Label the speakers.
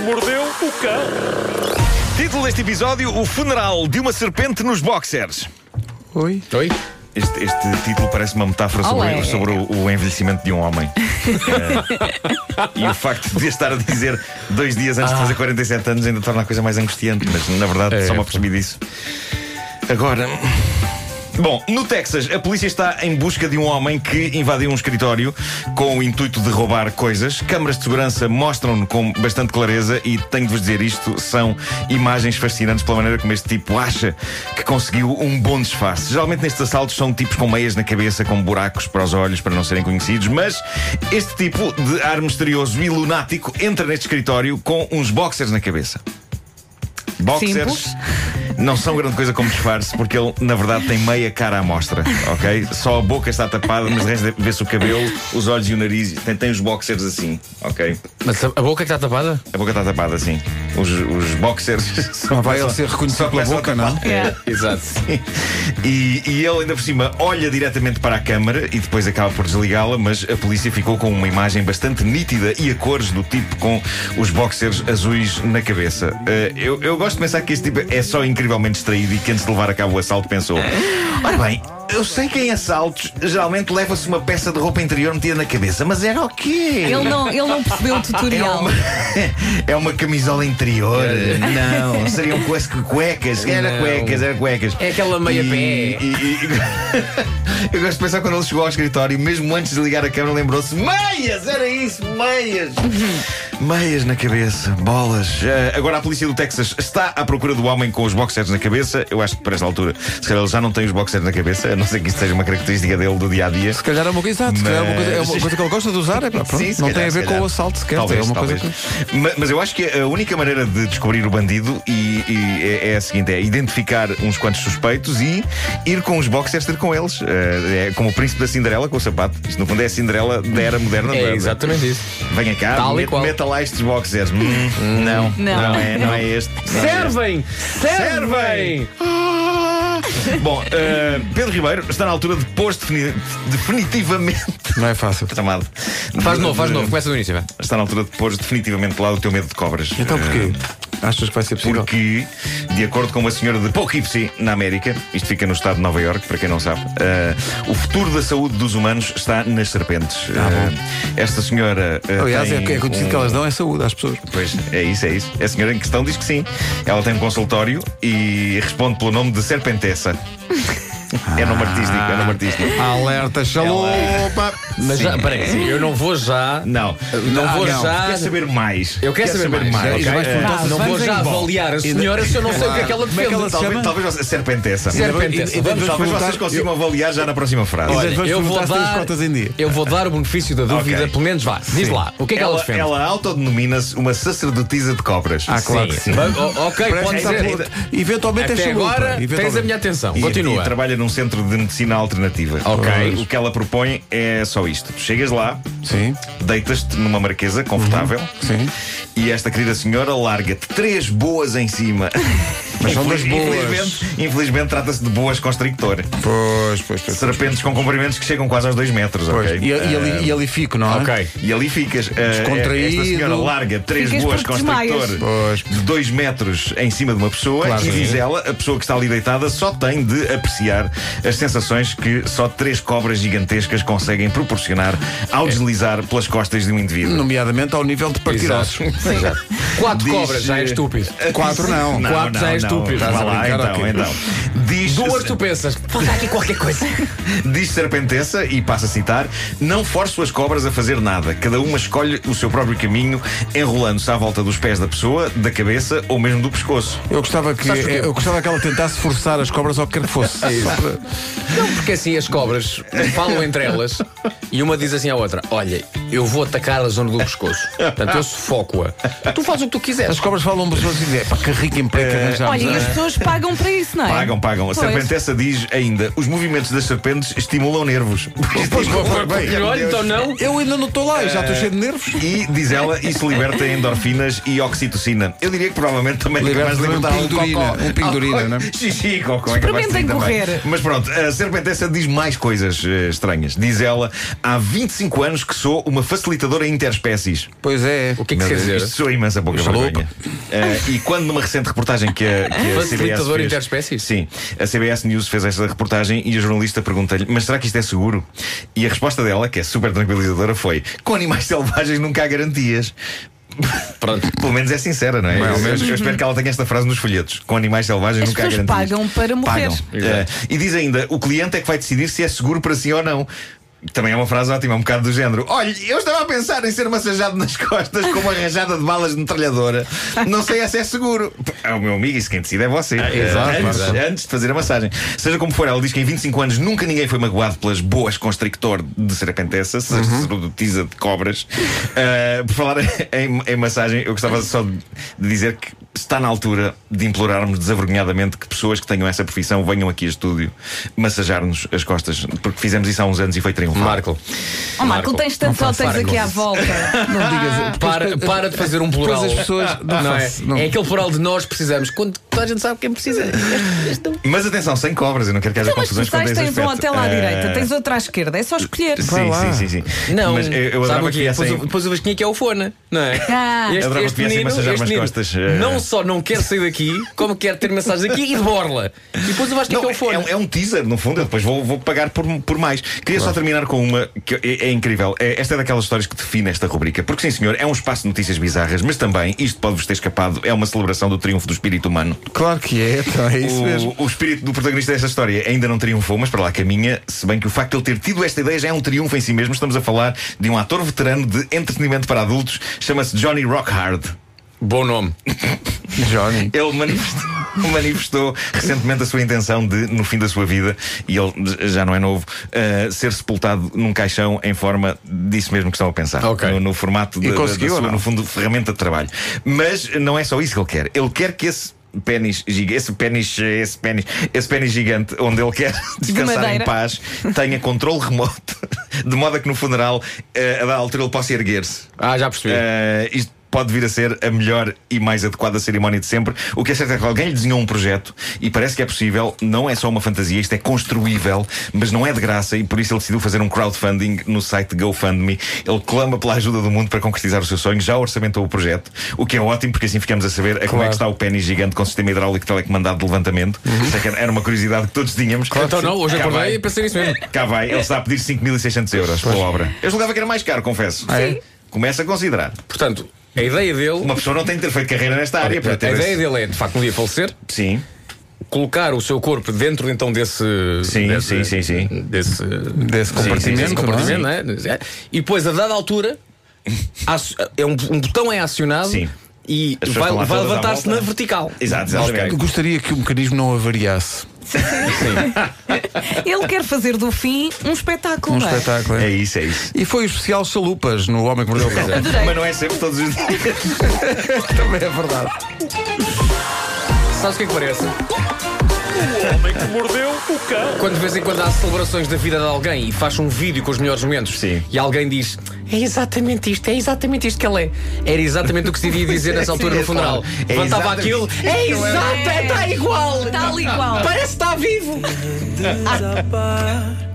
Speaker 1: mordeu o cão.
Speaker 2: Título deste episódio: O funeral de uma serpente nos boxers.
Speaker 3: Oi?
Speaker 4: Oi?
Speaker 2: Este, este título parece uma metáfora sobre,
Speaker 5: Olé.
Speaker 2: sobre o, o envelhecimento de um homem. Eh, e o facto de estar a dizer dois dias antes de fazer 47 anos ainda torna a coisa mais angustiante, mas na verdade
Speaker 4: É,
Speaker 2: só me
Speaker 4: foi.
Speaker 2: apercebi disso. Agora. Bom, no Texas, a polícia está em busca de um homem que invadiu um escritório com o intuito de roubar coisas. Câmaras de segurança mostram-no com bastante clareza e tenho de vos dizer isto, são imagens fascinantes pela maneira como este tipo acha que conseguiu um bom disfarce. Geralmente nestes assaltos são tipos com meias na cabeça, com buracos para os olhos para não serem conhecidos, mas este tipo de ar misterioso e lunático entra neste escritório com uns boxers na cabeça. Boxers
Speaker 5: Simples.
Speaker 2: não são grande coisa como disfarce, porque ele, na verdade, tem meia cara à mostra, ok? Só a boca está tapada, mas de resto vê-se o cabelo, os olhos e o nariz. Tem, tem os boxers assim, ok?
Speaker 4: Mas a, a boca é que está tapada?
Speaker 2: A boca está tapada assim. Os, os boxers. só
Speaker 3: vai
Speaker 2: começam-
Speaker 3: ele ser reconhecido
Speaker 2: só
Speaker 3: pela
Speaker 2: começam a
Speaker 3: boca,
Speaker 2: tapar.
Speaker 3: não?
Speaker 5: Yeah.
Speaker 4: Exato.
Speaker 2: E, e ele ainda por cima olha diretamente para a câmara e depois acaba por desligá-la, mas a polícia ficou com uma imagem bastante nítida e a cores do tipo com os boxers azuis na cabeça. Eh, eu, eu gosto de pensar que este tipo é só incrivelmente distraído e que antes de levar a cabo o assalto pensou: Ora bem, eu sei que em assaltos geralmente leva-se uma peça de roupa interior metida na cabeça, mas era o quê?
Speaker 5: Ele não, ele não percebeu o tutorial.
Speaker 2: É uma camisola interior. Não, seriam cues- cuecas. Era
Speaker 4: É, Não.
Speaker 2: cuecas, era cuecas.
Speaker 4: É aquela meia
Speaker 2: E-
Speaker 4: pé.
Speaker 2: e- e- Eu gosto de pensar quando ele chegou ao escritório, mesmo antes de ligar a câmera, lembrou-se: meias, era isso, meias.
Speaker 4: Uhum.
Speaker 2: Meias na cabeça, bolas. Ah, agora a polícia do Texas está à procura do homem com os boxers na cabeça. Eu acho que para esta altura, se calhar ele já não tem os boxers na cabeça, a não ser que isso seja uma característica dele do dia a dia.
Speaker 3: Se calhar é uma coisa, exato, se calhar é uma coisa, é uma
Speaker 2: Mas-
Speaker 3: coisa que ele gosta de usar, é pá, pronto,
Speaker 2: Sim, se
Speaker 3: não
Speaker 2: calhar,
Speaker 3: tem a
Speaker 2: se
Speaker 3: ver com
Speaker 2: calhar.
Speaker 3: o assalto sequer,
Speaker 2: Talvez,
Speaker 3: é uma
Speaker 2: talvez.
Speaker 3: coisa que...
Speaker 2: Ma- mas, eu acho que a única maneira de descobrir o bandido e- e é, é a seguinte: é identificar uns quantos suspeitos e ir com os boxers ter com eles. Eh, é como o príncipe da Cinderela com o sapato. Isto no fundo é a Cinderela da era moderna. não
Speaker 4: É exatamente isso.
Speaker 2: Venha cá,
Speaker 4: Tal e
Speaker 2: met-
Speaker 4: qual.
Speaker 2: meta lá estes boxers. Hum, não, não,
Speaker 5: Não.
Speaker 2: é, não é este. não é este.
Speaker 4: Servem!
Speaker 2: Bom, eh, Pedro Ribeiro está na altura de pôr defini- definitivamente.
Speaker 3: Não é fácil.
Speaker 2: Chamado.
Speaker 4: Faz novo, faz
Speaker 2: de-
Speaker 4: novo, começa do início. vai.
Speaker 2: Está na altura de pôr definitivamente de lado o teu medo de cobras.
Speaker 3: Então
Speaker 2: Eh,
Speaker 3: porquê? Achas que vai ser possível?
Speaker 2: Porque, de acordo com uma senhora de Poughkeepsie, na América, isto fica no estado de Nova Iorque, para quem não sabe, eh, o futuro da saúde dos humanos está nas serpentes. Eh, esta senhora. eh,
Speaker 3: Aliás, é,
Speaker 2: tem
Speaker 3: é conhecido
Speaker 2: um-
Speaker 3: que elas dão é saúde às pessoas.
Speaker 2: Pois, é isso, é isso. A senhora em questão diz que sim. Ela tem um consultório e responde pelo nome de Serpentessa. É nome artístico, é nome artístico.
Speaker 3: Alerta, chalupa!
Speaker 4: Mas
Speaker 2: Sim.
Speaker 4: já, peraí, eu não vou já.
Speaker 2: Ah, Não,
Speaker 4: Não vou
Speaker 3: não.
Speaker 4: já.
Speaker 2: Quer saber mais?
Speaker 4: Eu quero
Speaker 2: Quer
Speaker 4: saber, mais.
Speaker 2: ok?
Speaker 4: ok?
Speaker 2: Eh,
Speaker 3: perguntar se
Speaker 4: não
Speaker 3: vem,
Speaker 4: vou
Speaker 3: vem
Speaker 4: já
Speaker 3: bom.
Speaker 4: avaliar a senhora se eu não sei o que é que ela
Speaker 3: Como é que
Speaker 4: defende.
Speaker 3: ela se
Speaker 2: Talvez,
Speaker 3: chama?
Speaker 2: talvez Serpentessa.
Speaker 4: Serpentessa.
Speaker 3: E- e-
Speaker 4: Vamos-
Speaker 3: e-
Speaker 2: Talvez
Speaker 3: perguntar-
Speaker 2: vocês consigam avaliar já na próxima frase.
Speaker 3: Olha,
Speaker 4: Olha,
Speaker 3: vamos
Speaker 4: eu vou
Speaker 3: perguntar se tens
Speaker 4: dar,
Speaker 3: cotas em dia.
Speaker 4: eu vou dar o benefício da dúvida,
Speaker 2: Ok.
Speaker 4: pelo menos vá. Diz lá, o que é que ela,
Speaker 2: ela,
Speaker 4: defende?
Speaker 2: ela autodenomina-se uma sacerdotisa de cobras.
Speaker 3: Ah, claro que sim.
Speaker 4: Mas, o- ok, pode
Speaker 3: Presta
Speaker 4: ser.
Speaker 3: atenção. Eventualmente é
Speaker 4: Até
Speaker 3: chalupa.
Speaker 4: agora tens a
Speaker 3: eventualmente.
Speaker 4: minha atenção.
Speaker 2: E,
Speaker 4: Continua.
Speaker 2: e trabalha num centro de medicina alternativa.
Speaker 4: Ok.
Speaker 2: O que ela propõe é só isto: tu chegas lá,
Speaker 3: Sim,
Speaker 2: deitas-te numa marquesa confortável
Speaker 3: sim.
Speaker 2: e esta querida senhora larga-te três boas em cima. Mas
Speaker 3: são das boas.
Speaker 2: Infelizmente, infelizmente trata-se de boas constrictor.
Speaker 3: Pois, pois, pois.
Speaker 2: Serpentes com comprimentos que chegam quase aos dois metros,
Speaker 3: Pois.
Speaker 2: ok?
Speaker 3: E, e ali, e ali fico, não é?
Speaker 4: Ok.
Speaker 2: E ali ficas. eh,
Speaker 3: Descontraído.
Speaker 2: Esta senhora larga três
Speaker 5: Ficas
Speaker 2: boas
Speaker 5: porque desmaias.
Speaker 2: constrictor
Speaker 3: Pois.
Speaker 2: de dois metros em cima de uma pessoa
Speaker 3: Claro
Speaker 2: e
Speaker 3: que
Speaker 2: diz
Speaker 3: sim.
Speaker 2: ela, a pessoa que está ali deitada só tem de apreciar as sensações que só três cobras gigantescas conseguem proporcionar ao deslizar pelas costas de um indivíduo.
Speaker 3: Nomeadamente ao nível de partir ossos.
Speaker 4: Exato. Exato. Quatro
Speaker 2: Diz,
Speaker 4: cobras, já é
Speaker 2: eh,
Speaker 4: estúpido.
Speaker 3: Quatro não.
Speaker 2: Não,
Speaker 4: Quatro já é
Speaker 2: não,
Speaker 4: estúpido.
Speaker 2: não. Vá
Speaker 3: Estás a
Speaker 2: lá,
Speaker 3: brincar,
Speaker 2: então,
Speaker 3: ok.
Speaker 2: então. Diz, eh,
Speaker 4: Duas tu pensas, falta aqui qualquer coisa.
Speaker 2: Diz Serpentessa, e passa a citar: Não forço as cobras a fazer nada. Cada uma escolhe o seu próprio caminho, enrolando-se à volta dos pés da pessoa, da cabeça ou mesmo do pescoço.
Speaker 3: Eu gostava, que,
Speaker 4: Sabes porquê?
Speaker 3: eu gostava que ela tentasse forçar as cobras ao que quer que fosse. Só para-
Speaker 4: Não, porque assim as cobras falam entre elas e uma diz assim à outra: Olha, eu vou atacar a zona do pescoço. Portanto, eu sufoco-a. Tu fazes o que tu quiseres.
Speaker 3: As cobras falam umas pessoas e dizem, pá, que rico emprego que arranjámos.
Speaker 5: Olha, e
Speaker 3: não é?"
Speaker 5: as pessoas pagam para isso, não é?
Speaker 2: Pagam, pagam. A
Speaker 5: Pois.
Speaker 2: Serpentessa diz ainda: Os movimentos das serpentes estimulam nervos. Estimulam-
Speaker 4: Olha, então não.
Speaker 3: Eu ainda não estou lá, eu já estou cheio de nervos.
Speaker 2: E, diz ela, isso liberta endorfinas e oxitocina. Eu diria que provavelmente também é capaz
Speaker 3: Liberta
Speaker 2: de
Speaker 3: também um
Speaker 2: libertar um
Speaker 3: pingurina,
Speaker 2: cocó.
Speaker 3: um pingurina,
Speaker 2: Ah,
Speaker 3: não é?
Speaker 2: Xixi, cocó. é capaz de sair
Speaker 5: Experimentem
Speaker 2: também.
Speaker 5: correr.
Speaker 2: Mas pronto, a serpentessa diz mais coisas eh, estranhas. Diz ela, há 25 anos que sou uma facilitadora interespécies.
Speaker 3: Pois é.
Speaker 4: O que é que quer dizer?
Speaker 2: Isto sou imensa pouca
Speaker 4: Chalupa.
Speaker 2: vergonha. Eh, e quando numa recente reportagem que a, que a CBS.
Speaker 4: Facilitador
Speaker 2: Fez,
Speaker 4: interespécies?
Speaker 2: Sim. A CBS News fez esta reportagem e a jornalista pergunta-lhe: Mas será que isto é seguro? E a resposta dela, que é super tranquilizadora, foi: Com animais selvagens nunca há garantias.
Speaker 4: Pronto.
Speaker 2: Pelo menos é sincera, não é?
Speaker 3: Bem, ao
Speaker 2: Eu-
Speaker 3: menos-
Speaker 2: Eu espero que ela tenha esta frase nos folhetos. Com animais selvagens
Speaker 5: As
Speaker 2: nunca há
Speaker 5: pessoas
Speaker 2: garantias.
Speaker 5: pagam para morrer.
Speaker 2: Pagam. Eh, e diz ainda: o cliente é que vai decidir se é seguro para si ou não. Também é uma frase ótima, um bocado do género. Olha, eu estava a pensar em ser massajado nas costas com uma rajada de balas de metralhadora. Não sei se é seguro. É o meu amigo, isso quem decide é você. Eh,
Speaker 3: exato,
Speaker 2: antes,
Speaker 3: exato.
Speaker 2: antes de fazer a massagem. Seja como for, ela diz que em 25 anos nunca ninguém foi magoado pelas boas constrictor de serpentessa, se
Speaker 4: Uhum.
Speaker 2: serudutiza de cobras. Uh, por falar em, em massagem, eu gostava só de de dizer que está na altura de implorarmos desavergonhadamente que pessoas que tenham essa profissão venham aqui a estúdio massajar-nos as costas, porque fizemos isso há uns anos e foi triunfal.
Speaker 4: Marco.
Speaker 5: Oh, Marco, tens tantos
Speaker 4: Não faz
Speaker 5: hotéis aqui à
Speaker 4: farpas.
Speaker 5: volta.
Speaker 3: Não digas.
Speaker 4: Para, para de fazer um plural.
Speaker 3: Depois as pessoas. Ah, Não,
Speaker 4: Não é?
Speaker 3: faço, não.
Speaker 4: É aquele plural de nós precisamos. Quando toda a gente sabe quem precisa.
Speaker 2: Mas atenção, sem cobras, eu não quero que haja
Speaker 5: Então, mas tu
Speaker 2: confusões com
Speaker 5: sais,
Speaker 2: esse
Speaker 5: tens um
Speaker 2: aspecto.
Speaker 5: hotel à
Speaker 2: Uh,
Speaker 5: direita, tens outro à esquerda, é só escolher.
Speaker 2: Sim,
Speaker 3: lá.
Speaker 2: sim, sim, sim.
Speaker 4: Não,
Speaker 2: mas eu, eu
Speaker 4: sabe
Speaker 2: adorava
Speaker 4: o quê?
Speaker 2: que viessem-
Speaker 4: Depois, o- depois o Vasquinha que é o Fona, não é?
Speaker 5: Ah.
Speaker 4: Este,
Speaker 2: Adorava que
Speaker 4: este
Speaker 2: viessem
Speaker 4: menino,
Speaker 2: massajar
Speaker 4: este
Speaker 2: umas
Speaker 4: menino
Speaker 2: costas, eh.
Speaker 4: não só não quer sair daqui, como quer ter mensagens aqui e de borla. E depois o Vasquinha
Speaker 2: Não,
Speaker 4: que é o Fona.
Speaker 2: um- é um teaser, no fundo, eu depois vou, vou pagar por, por mais. Queria só terminar com uma que é, é incrível. É- esta é daquelas histórias que define esta rubrica. Porque, sim, senhor, é um espaço de notícias bizarras, mas também, isto pode-vos ter escapado, é uma celebração do triunfo do espírito humano.
Speaker 3: Claro que é, então é isso mesmo.
Speaker 2: O, o espírito do protagonista desta história ainda não triunfou, mas para lá caminha, se bem que o facto de ele ter tido esta ideia já é um triunfo em si mesmo. Estamos a falar de um ator veterano de entretenimento para adultos, chama-se Johnny Rockhard.
Speaker 4: Bom nome.
Speaker 3: Johnny.
Speaker 2: Ele manifestou, manifestou recentemente a sua intenção de, no fim da sua vida, e ele já não é novo, eh, ser sepultado num caixão em forma disso mesmo que estão a pensar.
Speaker 4: Ok.
Speaker 2: No, no formato de, da-
Speaker 3: conseguiu
Speaker 2: da
Speaker 3: ou
Speaker 2: sua,
Speaker 3: não?
Speaker 2: no fundo, ferramenta de trabalho. Mas não é só isso que ele quer. Ele quer que esse. Pênis gigante, esse pênis, esse pênis, esse pênis gigante, onde ele quer descansar em
Speaker 5: madeira.
Speaker 2: paz, tenha controle remoto, de modo a que no funeral, eh, a dada altura, ele possa erguer-se.
Speaker 4: Ah, já percebi.
Speaker 2: Eh, isto pode vir a ser a melhor e mais adequada cerimónia de sempre. O que é certo é que alguém lhe desenhou um projeto e parece que é possível, não é só uma fantasia, isto é construível, mas não é de graça e por isso ele decidiu fazer um crowdfunding no site GoFundMe. Ele clama pela ajuda do mundo para concretizar o seu sonho, já orçamentou o projeto, o que é ótimo porque assim ficamos a saber a como é que está o pênis gigante com sistema hidráulico telecomandado de levantamento. Isto é que Era uma curiosidade que todos tínhamos.
Speaker 4: Uhum. então não, hoje
Speaker 2: Cá
Speaker 4: acordei
Speaker 2: vai.
Speaker 4: e pensei nisso mesmo.
Speaker 2: Cá vai, ele está a pedir 5.600 euros pela obra. Eu julgava que era mais caro, confesso.
Speaker 3: é?
Speaker 2: Começa a considerar.
Speaker 4: Portanto, a ideia dele.
Speaker 2: Uma pessoa não tem de ter feito carreira nesta área
Speaker 4: a
Speaker 2: para ter.
Speaker 4: ideia
Speaker 2: esse-
Speaker 4: dele é, de facto, um dia falecer,
Speaker 2: Sim,
Speaker 4: colocar o seu corpo dentro então desse.
Speaker 2: Sim, sim,
Speaker 4: desse-
Speaker 2: sim, sim.
Speaker 4: Desse,
Speaker 3: Desse compartimento,
Speaker 4: desse
Speaker 3: não é?
Speaker 4: compartimento, não é? E depois, a dada altura, asso- é um, um botão é acionado
Speaker 2: Sim.
Speaker 4: e
Speaker 2: As pessoas
Speaker 4: vai,
Speaker 2: estão lá todas
Speaker 4: vai
Speaker 2: à
Speaker 4: levantar-se na
Speaker 2: volta.
Speaker 4: vertical.
Speaker 2: exato, exatamente.
Speaker 3: Eu gostaria que o mecanismo não avariasse.
Speaker 5: Ele quer fazer do fim um espetáculo.
Speaker 3: Um
Speaker 5: não é?
Speaker 3: espetáculo.
Speaker 2: É isso, é isso.
Speaker 3: E foi o especial Chalupas no Homem que Mordeu o Cão.
Speaker 5: Adorei.
Speaker 2: Mas não é sempre todos os dias.
Speaker 3: Também é verdade.
Speaker 4: Sabes o que é que parece?
Speaker 1: O homem que mordeu o cão.
Speaker 4: Quando de vez em quando há celebrações da vida de alguém e faz um vídeo com os melhores momentos
Speaker 2: Sim.
Speaker 4: e alguém diz é exatamente isto, é exatamente isto que ele é. Era exatamente o que se devia dizer nessa altura
Speaker 2: Sim,
Speaker 4: no funeral.
Speaker 2: claro. É
Speaker 4: Levantava
Speaker 2: exatamente
Speaker 4: aquilo,
Speaker 2: isto
Speaker 4: é exato,
Speaker 5: é."
Speaker 4: está igual, tá
Speaker 5: Tal igual.
Speaker 4: parece que está vivo.
Speaker 6: escapar.